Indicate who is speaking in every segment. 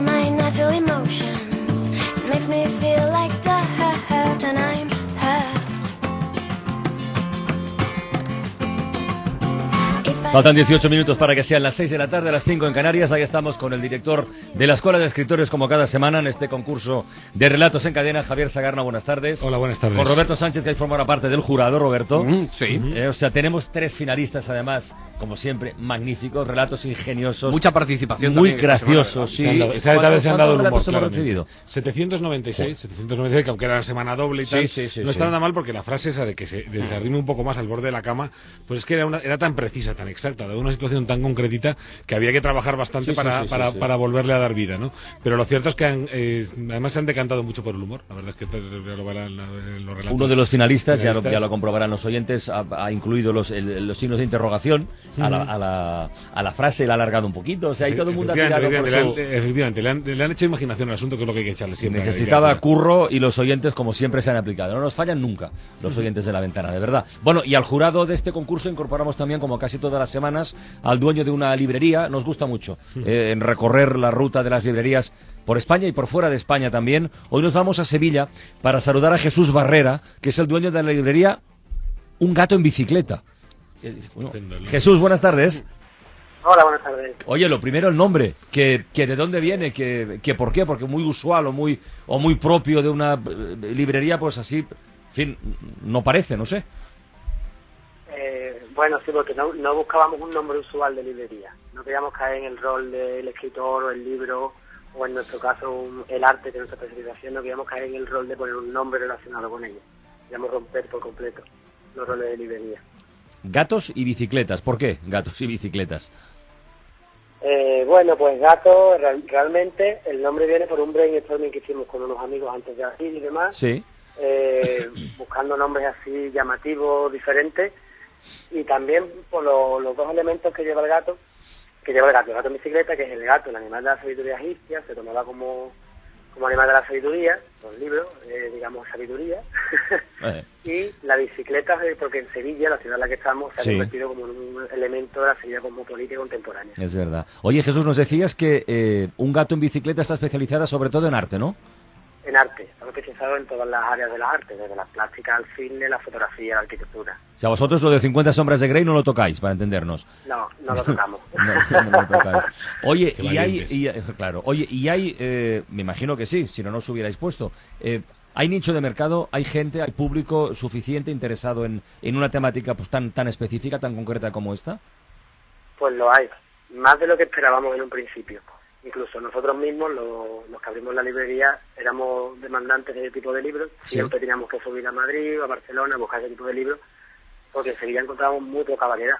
Speaker 1: my natural emotions. It makes me feel like the hurt, and I'm hurt. If I
Speaker 2: Faltan 18 minutos para que sean las 6 de la tarde, las 5 en Canarias. Ahí estamos con el director de la Escuela de Escritores, como cada semana, en este concurso de relatos en cadena, Javier Sagarna. Buenas tardes.
Speaker 3: Hola, buenas tardes.
Speaker 2: Con Roberto Sánchez, que ahí formará parte del jurado, Roberto.
Speaker 3: Mm, sí.
Speaker 2: Eh, o sea, tenemos tres finalistas, además, como siempre, magníficos, relatos ingeniosos.
Speaker 4: Mucha participación
Speaker 2: Muy
Speaker 4: también esta semana,
Speaker 2: graciosos,
Speaker 4: ¿verdad?
Speaker 2: sí.
Speaker 3: Se han dado- esa
Speaker 2: ¿Cuántos-
Speaker 3: tarde se han
Speaker 2: cuántos
Speaker 3: dado el humor,
Speaker 2: relatos hemos
Speaker 3: claramente.
Speaker 2: recibido?
Speaker 3: 796, 796, que aunque era una semana doble y
Speaker 2: Sí,
Speaker 3: tal,
Speaker 2: sí, sí,
Speaker 3: no
Speaker 2: sí.
Speaker 3: está nada mal porque la frase esa de que se, de se arrime un poco más al borde de la cama, pues es que era, una- era tan precisa, tan exacta, de una situación tan concretita que había que trabajar bastante
Speaker 2: Sí, sí,
Speaker 3: para,
Speaker 2: sí, sí,
Speaker 3: para,
Speaker 2: sí.
Speaker 3: para volverle a dar vida, ¿no? Pero lo cierto es que han, eh, además se han decantado mucho por el humor, la verdad es que te- te- lo- la- la- los relatos.
Speaker 2: Uno de los finalistas, ya lo,
Speaker 3: finalistas.
Speaker 2: ya lo comprobarán los oyentes, ha, ha incluido los, el- los signos de interrogación a, la, a la- a la frase, la ha alargado un poquito. O sea, ahí todo el mundo ha tirado
Speaker 3: Efectivamente,
Speaker 2: por
Speaker 3: efectivamente,
Speaker 2: su-
Speaker 3: le han- efectivamente, le, han, le han hecho imaginación al asunto, que es lo que hay que echarle siempre. a la
Speaker 2: Necesitaba
Speaker 3: literatura.
Speaker 2: curro y los oyentes, como siempre, se han aplicado. No nos fallan nunca los oyentes de la ventana, de verdad. Bueno, y al jurado de este concurso incorporamos también, como casi todas las semanas, al dueño de una librería. Nos gusta mucho eh, en recorrer la ruta de las librerías por España y por fuera de España también. Hoy nos vamos a Sevilla para saludar a Jesús Barrera, que es el dueño de la librería Un gato en bicicleta. Eh, bueno,
Speaker 3: Estupendo, ¿no?
Speaker 2: Jesús, buenas tardes.
Speaker 5: Hola, buenas tardes.
Speaker 2: Oye, lo primero el nombre, que, que de dónde viene, que, que por qué, porque muy usual o muy, o muy propio de una eh, librería, pues así, en fin, no parece, no sé.
Speaker 5: Eh, bueno, sí, porque no, no buscábamos un nombre usual de librería. No queríamos caer en el rol del escritor o el libro, o en nuestro caso un- el arte de nuestra especialización. No queríamos caer en el rol de poner un nombre relacionado con ello. Queríamos romper por completo los roles de librería.
Speaker 2: Gatos y bicicletas, ¿por qué gatos y bicicletas?
Speaker 5: Eh, bueno, pues Gato, real- realmente el nombre viene por un brainstorming que hicimos con unos amigos antes de aquí y demás.
Speaker 2: Sí,
Speaker 5: eh, buscando nombres así llamativos, diferentes, y también por lo- los dos elementos que lleva el gato, que lleva el gato, el gato en bicicleta, que es el gato, el animal de la sabiduría egipcia, se tomaba como, como animal de la sabiduría, los libros, eh, digamos sabiduría,
Speaker 2: eh,
Speaker 5: y la bicicleta, eh, porque en Sevilla, la ciudad en la que estamos, se
Speaker 2: Sí.
Speaker 5: ha convertido como en un elemento de la Sevilla cosmopolita y contemporánea.
Speaker 2: es verdad. Oye, Jesús, nos decías que eh, un gato en bicicleta está especializada sobre todo en arte, ¿no?
Speaker 5: En arte, estamos especializados en todas las áreas de las artes, desde las plásticas al cine, la fotografía, la arquitectura.
Speaker 2: O sea, vosotros lo de 50 sombras de Grey no lo tocáis, para entendernos.
Speaker 5: No, no lo tocamos.
Speaker 2: No, no lo tocáis. Oye,
Speaker 3: Qué
Speaker 2: y hay,
Speaker 3: valientes.
Speaker 2: y- claro, oye, y hay, eh, me imagino que sí, si no, no os hubierais puesto. Eh, hay nicho de mercado, hay gente, hay público suficiente interesado en, en una temática pues tan tan específica, tan concreta como esta.
Speaker 5: Pues lo hay, más de lo que esperábamos en un principio. Incluso nosotros mismos, lo- los que abrimos la librería, éramos demandantes de ese tipo de libros.
Speaker 2: Sí.
Speaker 5: Siempre teníamos que subir a Madrid o a Barcelona a buscar ese tipo de libros, porque en Sevilla encontrábamos muy poca variedad.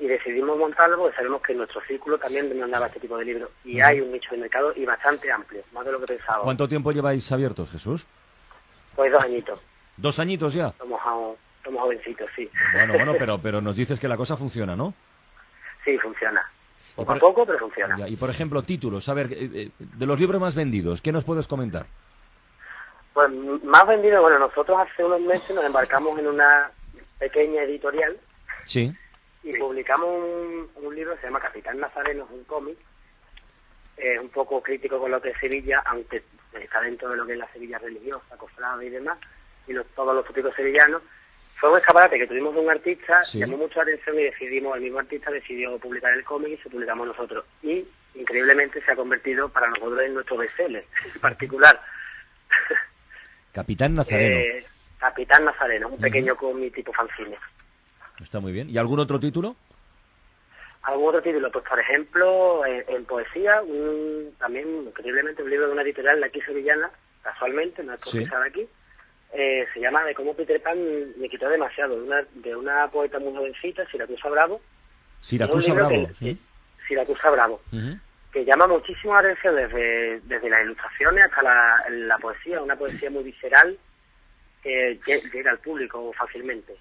Speaker 5: Y decidimos montarlo porque sabemos que nuestro círculo también demandaba este tipo de libros. Y hay un nicho de mercado y bastante amplio, más de lo que pensábamos.
Speaker 2: ¿Cuánto tiempo lleváis abiertos, Jesús?
Speaker 5: Pues dos añitos,
Speaker 2: Dos añitos ya.
Speaker 5: somos, jo- somos jovencitos, sí.
Speaker 2: Bueno, bueno, pero pero nos dices que la cosa funciona, ¿no?
Speaker 5: sí, funciona.
Speaker 2: Y
Speaker 5: Poco
Speaker 2: por-
Speaker 5: a poco, pero funciona.
Speaker 2: Ya, y por ejemplo, títulos. A ver, eh, eh, de los libros más vendidos, ¿qué nos puedes comentar?
Speaker 5: Pues m- más vendido, bueno, nosotros hace unos meses nos embarcamos en una pequeña editorial
Speaker 2: Sí.
Speaker 5: y publicamos un, un libro que se llama Capitán Nazareno, es un cómic, es un poco crítico con lo que es Sevilla, aunque está dentro de lo que es la Sevilla religiosa, cofrada y demás, y los- todos los típicos sevillanos. Fue un escaparate que tuvimos de un artista,
Speaker 2: Sí.
Speaker 5: llamó mucho la atención y decidimos, el mismo artista decidió publicar el cómic y se publicamos nosotros. Y increíblemente se ha convertido para nosotros en nuestro bestseller particular.
Speaker 2: Capitán Nazareno.
Speaker 5: Eh, Capitán Nazareno, un pequeño cómic tipo fanzine.
Speaker 2: Está muy bien. ¿Y algún otro título?
Speaker 5: Algún otro título, pues por ejemplo, en, en poesía, un, también increíblemente un libro de una editorial de aquí sevillana, casualmente, no es
Speaker 2: Sí.
Speaker 5: cotizada aquí, eh, se llama De cómo Peter Pan me quitó demasiado, de una, de una poeta muy jovencita, Siracusa Bravo.
Speaker 2: Siracusa
Speaker 5: Es un libro
Speaker 2: Bravo.
Speaker 5: que-
Speaker 2: sí. Mm.
Speaker 5: Siracusa Bravo,
Speaker 2: Ujú.
Speaker 5: que llama muchísimo la atención desde, desde las ilustraciones hasta la, la poesía, una poesía muy visceral que lle- llega al público fácilmente.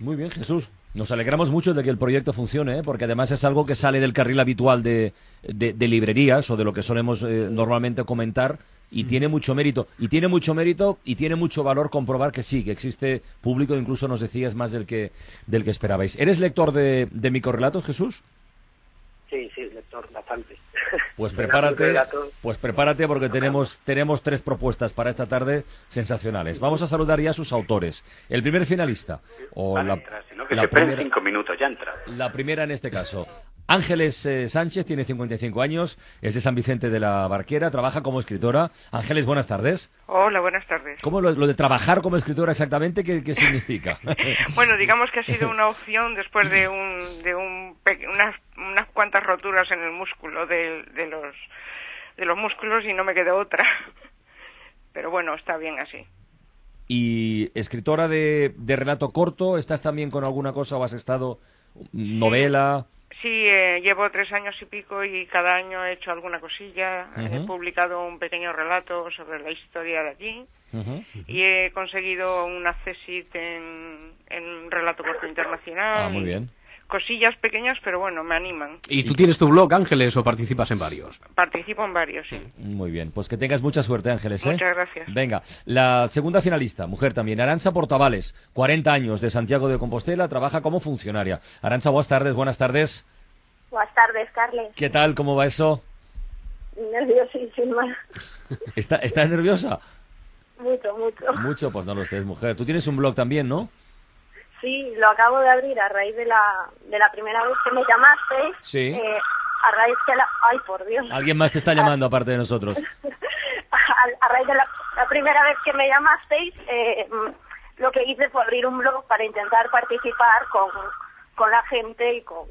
Speaker 2: Muy bien, Jesús. Nos alegramos mucho de que el proyecto funcione, ¿eh? porque además es algo que sale del carril habitual de, de- de librerías o de lo que solemos eh, normalmente comentar y tiene mucho mérito. Y tiene mucho mérito y tiene mucho valor comprobar que sí, que existe público, incluso nos decías más del que, del que esperabais. ¿Eres lector de, de microrelatos, Jesús?
Speaker 5: Sí, sí, lector, bastante.
Speaker 2: Pues
Speaker 5: Relatos,
Speaker 2: prepárate,
Speaker 5: relatos.
Speaker 2: pues prepárate porque tenemos, tenemos tres propuestas para esta tarde sensacionales. Vamos a saludar ya a sus autores. El primer finalista, o
Speaker 4: Vale,
Speaker 2: la,
Speaker 4: entraste, ¿no? Que
Speaker 2: la
Speaker 4: se esperen
Speaker 2: primera-
Speaker 4: cinco minutos, ya entra.
Speaker 2: la primera en este caso. Ángeles eh, Sánchez tiene 55 años, es de San Vicente de la Barquera, trabaja como escritora. Ángeles, buenas tardes.
Speaker 6: Hola, buenas tardes.
Speaker 2: ¿Cómo lo, lo de trabajar como escritora exactamente? ¿Qué, qué significa?
Speaker 6: Bueno, digamos que ha sido una opción después de, un, de un pe- unas, unas cuantas roturas en el músculo del- de, los, de los músculos y no me quedó otra. Pero bueno, está bien así.
Speaker 2: y escritora de, de relato corto, ¿estás también con alguna cosa o has estado mm, novela?
Speaker 6: Sí, eh, llevo tres años y pico y cada año he hecho alguna cosilla. He
Speaker 2: Ujú.
Speaker 6: publicado un pequeño relato sobre la historia de allí
Speaker 2: Ujú.
Speaker 6: y he conseguido una CESIT en, en un relato corto internacional.
Speaker 2: Ah, muy
Speaker 6: y
Speaker 2: bien.
Speaker 6: Cosillas pequeñas, pero bueno, me animan.
Speaker 7: ¿Y tú tienes tu blog, Ángeles, o participas en varios?
Speaker 6: Participo en varios, sí.
Speaker 2: Muy bien, pues que tengas mucha suerte, Ángeles. ¿eh?
Speaker 6: Muchas gracias.
Speaker 2: Venga, la segunda finalista, mujer también, Aranza Portavales, 40 años, de Santiago de Compostela, trabaja como funcionaria. Aranza, buenas tardes, buenas tardes.
Speaker 8: Buenas tardes, Carles.
Speaker 2: ¿Qué tal? ¿Cómo va eso?
Speaker 8: Nerviosísima.
Speaker 2: ¿Está, ¿Estás nerviosa?
Speaker 8: Mucho, mucho.
Speaker 2: Mucho, pues no lo estés, mujer. Tú tienes un blog también, ¿no?
Speaker 8: Sí, lo acabo de abrir a raíz de la, de la primera vez que me llamaste.
Speaker 2: Sí.
Speaker 8: Eh, a raíz de la... Ay, por Dios.
Speaker 2: Alguien más te está llamando aparte de nosotros.
Speaker 8: A, a raíz de la, la primera vez que me llamasteis, eh, mm, lo que hice fue abrir un blog para intentar participar con, con la gente y, con,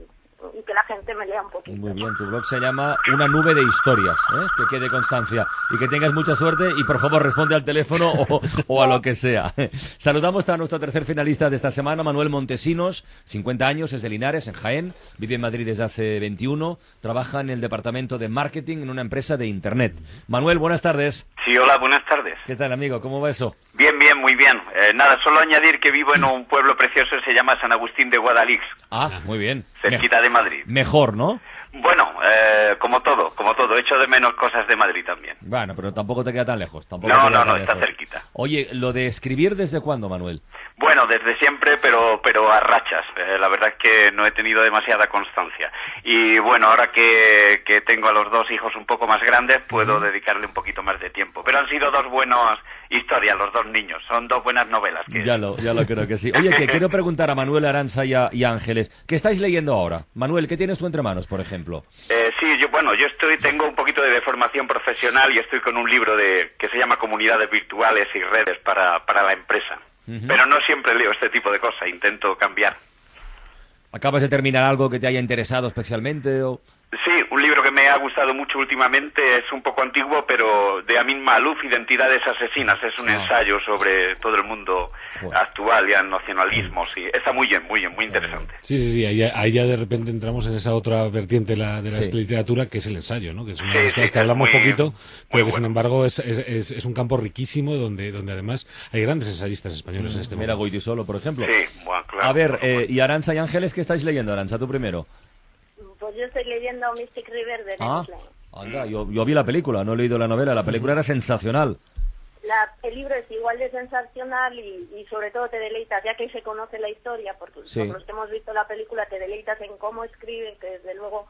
Speaker 8: y que la gente me lea un poquito.
Speaker 2: Muy bien, tu blog se llama Una nube de historias, ¿eh? que quede constancia. Y que tengas mucha suerte y por favor responde al teléfono o, o a lo que sea. Saludamos a nuestro tercer finalista de esta semana, Manuel Montesinos, 50 años, es de Linares, en Jaén, vive en Madrid desde hace 21, trabaja en el departamento de marketing en una empresa de Internet. Manuel, buenas tardes.
Speaker 4: Sí, hola, buenas tardes.
Speaker 2: ¿Qué tal, amigo? ¿Cómo va eso?
Speaker 4: Bien, bien, muy bien. Eh, nada, solo añadir que vivo en un pueblo precioso, se llama San Agustín de Guadalix,
Speaker 2: Ah, muy bien.
Speaker 4: cerquita de Madrid.
Speaker 2: Mejor, ¿no?
Speaker 4: Bueno, eh, como todo, como todo, echo de menos cosas de Madrid también.
Speaker 2: Bueno, pero tampoco te queda tan lejos. Tampoco
Speaker 4: No,
Speaker 2: te queda
Speaker 4: no,
Speaker 2: tan
Speaker 4: no, está
Speaker 2: lejos.
Speaker 4: cerquita.
Speaker 2: Oye, lo de escribir, ¿desde cuándo, Manuel?
Speaker 4: Bueno, desde siempre, pero, pero a rachas. Eh, la verdad es que no he tenido demasiada constancia. Y bueno, ahora que, que tengo a los dos hijos un poco más grandes, puedo dedicarle un poquito más de tiempo. Pero han sido dos buenas historias, los dos niños. Son dos buenas novelas. Que...
Speaker 2: Ya lo, ya lo creo que sí. Oye, que quiero preguntar a Manuel Aranza y a, y a Ángeles, ¿qué estáis leyendo ahora? Manuel, ¿qué tienes tú entre manos, por ejemplo?
Speaker 4: Eh, sí, yo, bueno, yo estoy, tengo un poquito de formación profesional y estoy con un libro de, que se llama Comunidades Virtuales y Redes para, para la empresa.
Speaker 2: Ujú.
Speaker 4: Pero no siempre leo este tipo de cosas, intento cambiar.
Speaker 2: ¿Acabas de terminar algo que te haya interesado especialmente? o-
Speaker 4: Sí, un libro que me ha gustado mucho últimamente, es un poco antiguo, pero de Amin Malouf, Identidades Asesinas. Es un
Speaker 2: Ah.
Speaker 4: ensayo sobre todo el mundo
Speaker 2: Bueno.
Speaker 4: actual y al nacionalismo. Sí, está muy bien, muy bien, muy interesante.
Speaker 3: Sí, sí, sí. Ahí, ya- ahí ya de repente entramos en esa otra vertiente de la, de la
Speaker 2: Sí.
Speaker 3: literatura que es el ensayo, ¿no? Que es una
Speaker 4: Sí,
Speaker 3: de las
Speaker 4: sí,
Speaker 3: cosas que
Speaker 4: es
Speaker 3: hablamos
Speaker 4: muy-
Speaker 3: poquito,
Speaker 4: muy
Speaker 3: pero que sin
Speaker 4: bueno.
Speaker 3: embargo es, es, es- es un campo riquísimo donde, donde además hay grandes ensayistas españoles en este
Speaker 2: Mira,
Speaker 3: momento.
Speaker 2: Goiti solo, por ejemplo.
Speaker 4: Sí, bueno, claro.
Speaker 2: A ver, eh, ¿y Aranza y Ángeles qué estáis leyendo? Aranza, tú primero.
Speaker 8: Pues yo estoy leyendo Mystic River de
Speaker 2: Mm. Ah,
Speaker 8: Netflix.
Speaker 2: anda, yo, yo vi la película, no he leído la novela. La película era sensacional.
Speaker 8: La- el libro es igual de sensacional y, y sobre todo te deleitas, ya que se conoce la historia, porque
Speaker 2: Sí.
Speaker 8: nosotros que hemos visto la película te deleitas en cómo escriben, que desde luego,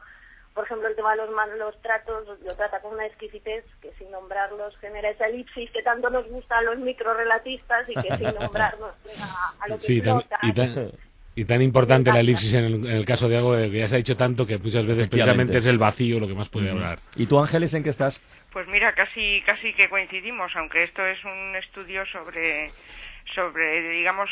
Speaker 8: por ejemplo, el tema de los malos tratos lo trata con una exquisitez que sin nombrarlos genera esa elipsis que tanto nos gusta a los microrelatistas y que sin nombrarnos llega a, a lo que
Speaker 3: Sí, tan-
Speaker 8: explota.
Speaker 3: y, tan, y tan importante la elipsis en el, en el caso de algo de que ya se ha dicho tanto que muchas veces
Speaker 2: Efectivamente.
Speaker 3: precisamente es el vacío lo que más puede hablar.
Speaker 2: ¿Y tú, Ángeles, en qué estás?
Speaker 6: Pues mira, casi, casi que coincidimos, aunque esto es un estudio sobre, sobre, digamos,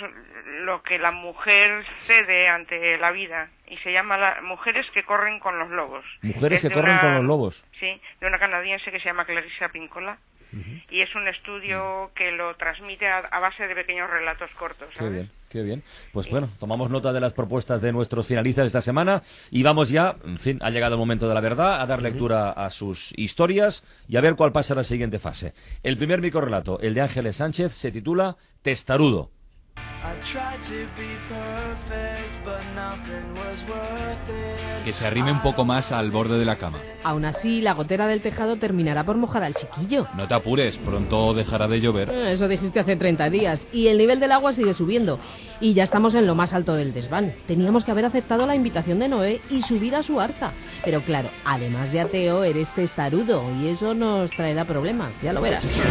Speaker 6: lo que la mujer cede ante la vida y se llama la- Mujeres que corren con los lobos.
Speaker 2: Mujeres
Speaker 6: Es
Speaker 2: que
Speaker 6: de
Speaker 2: corren
Speaker 6: una-
Speaker 2: con los lobos.
Speaker 6: Sí, de una canadiense que se llama Clarissa Pincola y es un estudio que lo transmite a, a base de pequeños relatos cortos.
Speaker 2: Mm. Qué
Speaker 6: ¿sabes?
Speaker 2: bien, qué bien. Pues bueno, tomamos nota de las propuestas de nuestros finalistas de esta semana y vamos ya, en fin, ha llegado el momento de la verdad, a dar lectura a sus historias y a ver cuál pasa a la siguiente fase. El primer microrelato, el de Ángeles Sánchez, se titula Testarudo.
Speaker 9: Que se arrime un poco más al borde de la cama.
Speaker 10: Aún así, la gotera del tejado terminará por mojar al chiquillo.
Speaker 9: No te apures, pronto dejará de llover.
Speaker 10: Eh, Eso dijiste hace 30 días. Y el nivel del agua sigue subiendo. Y ya estamos en lo más alto del desván. Teníamos que haber aceptado la invitación de Noé y subir a su arca. Pero claro, además de ateo, eres testarudo. Y eso nos traerá problemas, ya lo verás.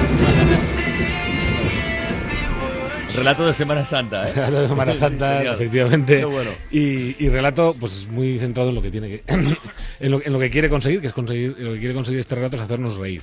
Speaker 2: Relato de Semana Santa, ¿eh?
Speaker 3: Relato de Semana Santa,
Speaker 2: Genial.
Speaker 3: efectivamente.
Speaker 2: Qué bueno.
Speaker 3: Y, y relato, pues muy centrado en lo que tiene que, en, lo, en lo que quiere conseguir, que es conseguir, lo que quiere conseguir este relato es hacernos reír.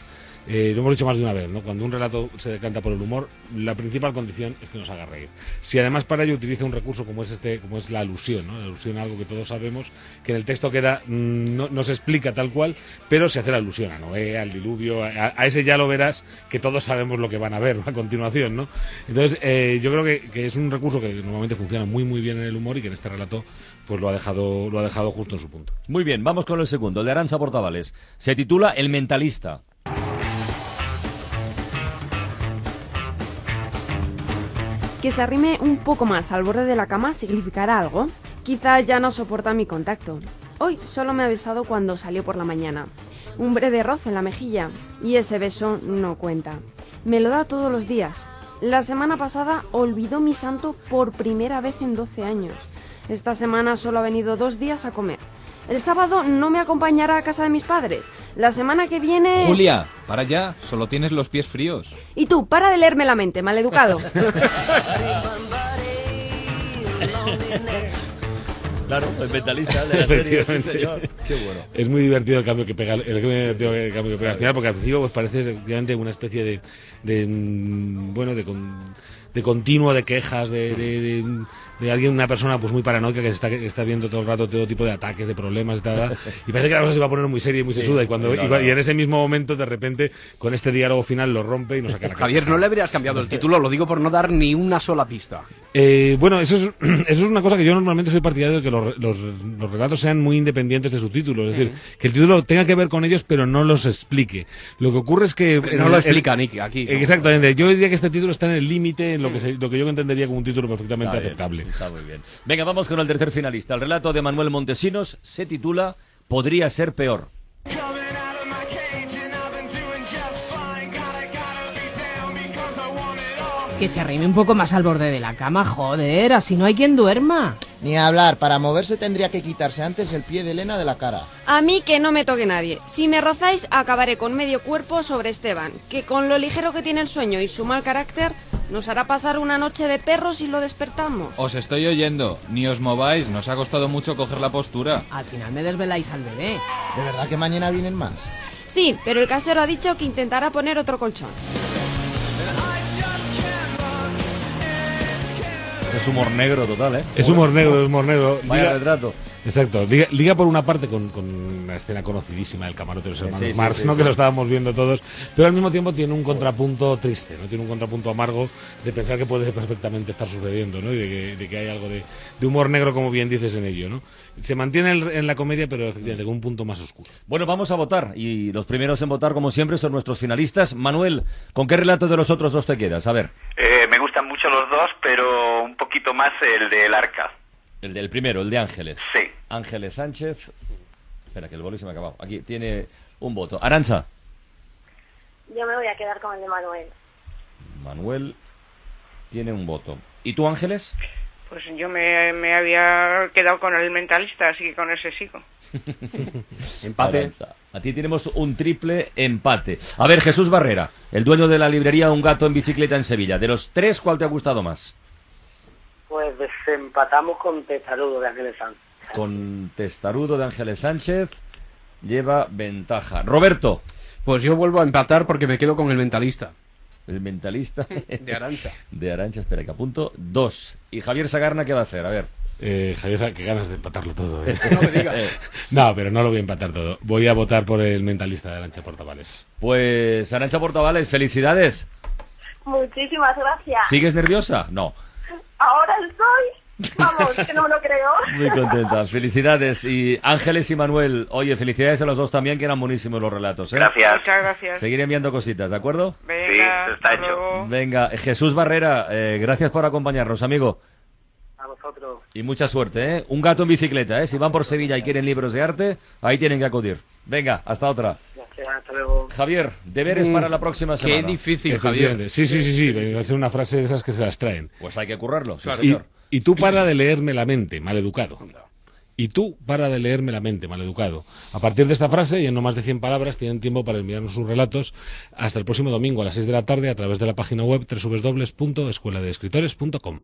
Speaker 3: Eh, lo hemos dicho más de una vez, ¿no? Cuando un relato se decanta por el humor, la principal condición es que nos haga reír. Si además para ello utiliza un recurso como es este, como es la alusión, ¿no? La alusión a algo que todos sabemos, que en el texto queda, mm, no, no se explica tal cual, pero se hace la alusión a Noé, al diluvio, a, a ese ya lo verás, que todos sabemos lo que van a ver a continuación, ¿no? Entonces, eh, yo creo que, que es un recurso que normalmente funciona muy muy bien en el humor y que en este relato, pues lo ha dejado, lo ha dejado justo en su punto.
Speaker 2: Muy bien, vamos con el segundo, el de Aranza Portavales. Se titula El Mentalista.
Speaker 11: Que se arrime un poco más al borde de la cama significará algo. Quizá ya no soporta mi contacto. Hoy solo me ha besado cuando salió por la mañana. Un breve roce en la mejilla. Y ese beso no cuenta. Me lo da todos los días. La semana pasada olvidó mi santo por primera vez en 12 años. Esta semana solo ha venido dos días a comer. El sábado no me acompañará a casa de mis padres. La semana que viene...
Speaker 9: Julia, para ya, solo tienes los pies fríos.
Speaker 11: Y tú, para de leerme la mente, maleducado.
Speaker 2: Claro, el mentalista el de la serie, sí,
Speaker 3: Efectivamente.
Speaker 2: señor. Qué bueno.
Speaker 3: Es muy divertido el cambio que pega, el cambio- el cambio que pega al final, porque al principio pues parece efectivamente una especie de, de, mm, bueno, de, con- de continuo de quejas de, de- de- de alguien, una persona pues muy paranoica que está, que está viendo todo el rato todo tipo de ataques, de problemas y tal, tal, y parece que la cosa se va a poner muy seria y muy
Speaker 9: Sí,
Speaker 3: sesuda, y cuando
Speaker 9: no, no.
Speaker 3: y, cua- y en ese mismo momento de repente con este diálogo final lo rompe y nos saca la cara.
Speaker 7: Javier, no le habrías cambiado el título, lo digo por no dar ni una sola pista.
Speaker 3: Eh, bueno, eso es, eso es una cosa que yo normalmente soy partidario de que los, los- los relatos sean muy independientes de su título. Es decir, que el título tenga que ver con ellos, pero no los explique. Lo que ocurre es que. eh,
Speaker 7: No lo explica Nick aquí. ¿no?
Speaker 3: Exactamente. Yo diría que este título está en el límite en lo que, se- lo que yo entendería como un título perfectamente
Speaker 2: Está bien,
Speaker 3: aceptable.
Speaker 2: Está muy bien. Venga, vamos con el tercer finalista. El relato de Manuel Montesinos se titula Podría ser peor.
Speaker 10: Que se arrime un poco más al borde de la cama, joder, así no hay quien duerma.
Speaker 12: Ni hablar, para moverse tendría que quitarse antes el pie de Elena de la cara.
Speaker 11: A mí que no me toque nadie. Si me rozáis, acabaré con medio cuerpo sobre Esteban, que con lo ligero que tiene el sueño y su mal carácter, nos hará pasar una noche de perros si lo despertamos.
Speaker 9: Os estoy oyendo, ni os mováis, nos ha costado mucho coger la postura.
Speaker 10: Al final me desveláis al bebé.
Speaker 12: ¿De verdad que mañana vienen más?
Speaker 11: Sí, pero el casero ha dicho que intentará poner otro colchón.
Speaker 2: Es humor negro total, ¿eh?
Speaker 3: Es humor negro, es humor negro.
Speaker 2: Vaya
Speaker 3: Diga-
Speaker 2: retrato.
Speaker 3: Exacto. Liga, liga por una parte con, con la escena conocidísima del camarote de los hermanos
Speaker 2: sí,
Speaker 3: Marx,
Speaker 2: sí,
Speaker 3: ¿no?
Speaker 2: sí.
Speaker 3: que lo estábamos viendo todos, pero al mismo tiempo tiene un contrapunto triste, no tiene un contrapunto amargo de pensar que puede perfectamente estar sucediendo, ¿no? y de que, de que hay algo de, de humor negro, como bien dices en ello. ¿no? Se mantiene en- en la comedia, pero efectivamente con un punto más oscuro.
Speaker 2: Bueno, vamos a votar. Y los primeros en votar, como siempre, son nuestros finalistas. Manuel, ¿con qué relato de los otros dos te quedas? A ver,
Speaker 4: Eh, me gustan mucho los dos, pero un poquito más el del arca.
Speaker 2: el del primero, el de Ángeles.
Speaker 4: Sí.
Speaker 2: Ángeles Sánchez. Espera, que el boli se me ha acabado. Aquí tiene un voto. Aranza.
Speaker 8: Yo me voy a quedar con el de Manuel.
Speaker 2: Manuel tiene un voto. ¿Y tú, Ángeles?
Speaker 6: Pues yo me, me había quedado con el mentalista, así que con ese sigo.
Speaker 2: Empate. A ti tenemos un triple empate. A ver, Jesús Barrera, el dueño de la librería Un gato en bicicleta en Sevilla. De los tres, ¿cuál te ha gustado más?
Speaker 5: Pues desempatamos con Testarudo de Ángeles Sanz.
Speaker 2: Con Testarudo de Ángeles Sánchez lleva ventaja. Roberto,
Speaker 7: Pues yo vuelvo a empatar porque me quedo con el mentalista.
Speaker 2: el mentalista
Speaker 7: De Arancha.
Speaker 2: de Arancha, espera que apunto, dos. Y Javier Sagarna, ¿qué va a hacer? A ver.
Speaker 3: Eh, Javier, qué ganas de empatarlo todo. ¿eh?
Speaker 7: No me digas.
Speaker 3: no, pero no lo voy a empatar todo. Voy a votar por el mentalista de Arancha Portavales.
Speaker 2: Pues Arancha Portavales, felicidades.
Speaker 8: Muchísimas gracias.
Speaker 2: ¿Sigues nerviosa? No.
Speaker 8: Ahora estoy Vamos, que no me lo creo.
Speaker 2: Muy contenta. Felicidades. Y Ángeles y Manuel, oye, felicidades a los dos también, que eran buenísimos los relatos. ¿eh?
Speaker 4: Gracias.
Speaker 6: Muchas gracias.
Speaker 2: Seguir enviando cositas, ¿de acuerdo?
Speaker 6: Venga,
Speaker 4: sí, está
Speaker 6: hasta
Speaker 4: hecho.
Speaker 6: luego.
Speaker 2: Venga, Jesús Barrera, eh, gracias por acompañarnos, amigo.
Speaker 5: A vosotros.
Speaker 2: Y mucha suerte, ¿eh? Un gato en bicicleta, ¿eh? Si van por Sevilla y quieren libros de arte, ahí tienen que acudir. Venga, hasta otra.
Speaker 5: Gracias, hasta luego.
Speaker 2: Javier, deberes
Speaker 3: Mm,
Speaker 2: para la próxima
Speaker 3: qué
Speaker 2: semana.
Speaker 3: difícil, Efectivamente. Sí, sí, sí, sí. Va a ser una frase de esas que se las traen.
Speaker 2: Pues hay que currarlo, sí,
Speaker 3: Y,
Speaker 2: señor.
Speaker 3: y tú para de leerme la mente, maleducado. Y tú para de leerme la mente, maleducado. A partir de esta frase y en no más de 100 palabras tienen tiempo para enviarnos sus relatos hasta el próximo domingo a las 6 de la tarde a través de la página web www.escueladeescritores.com.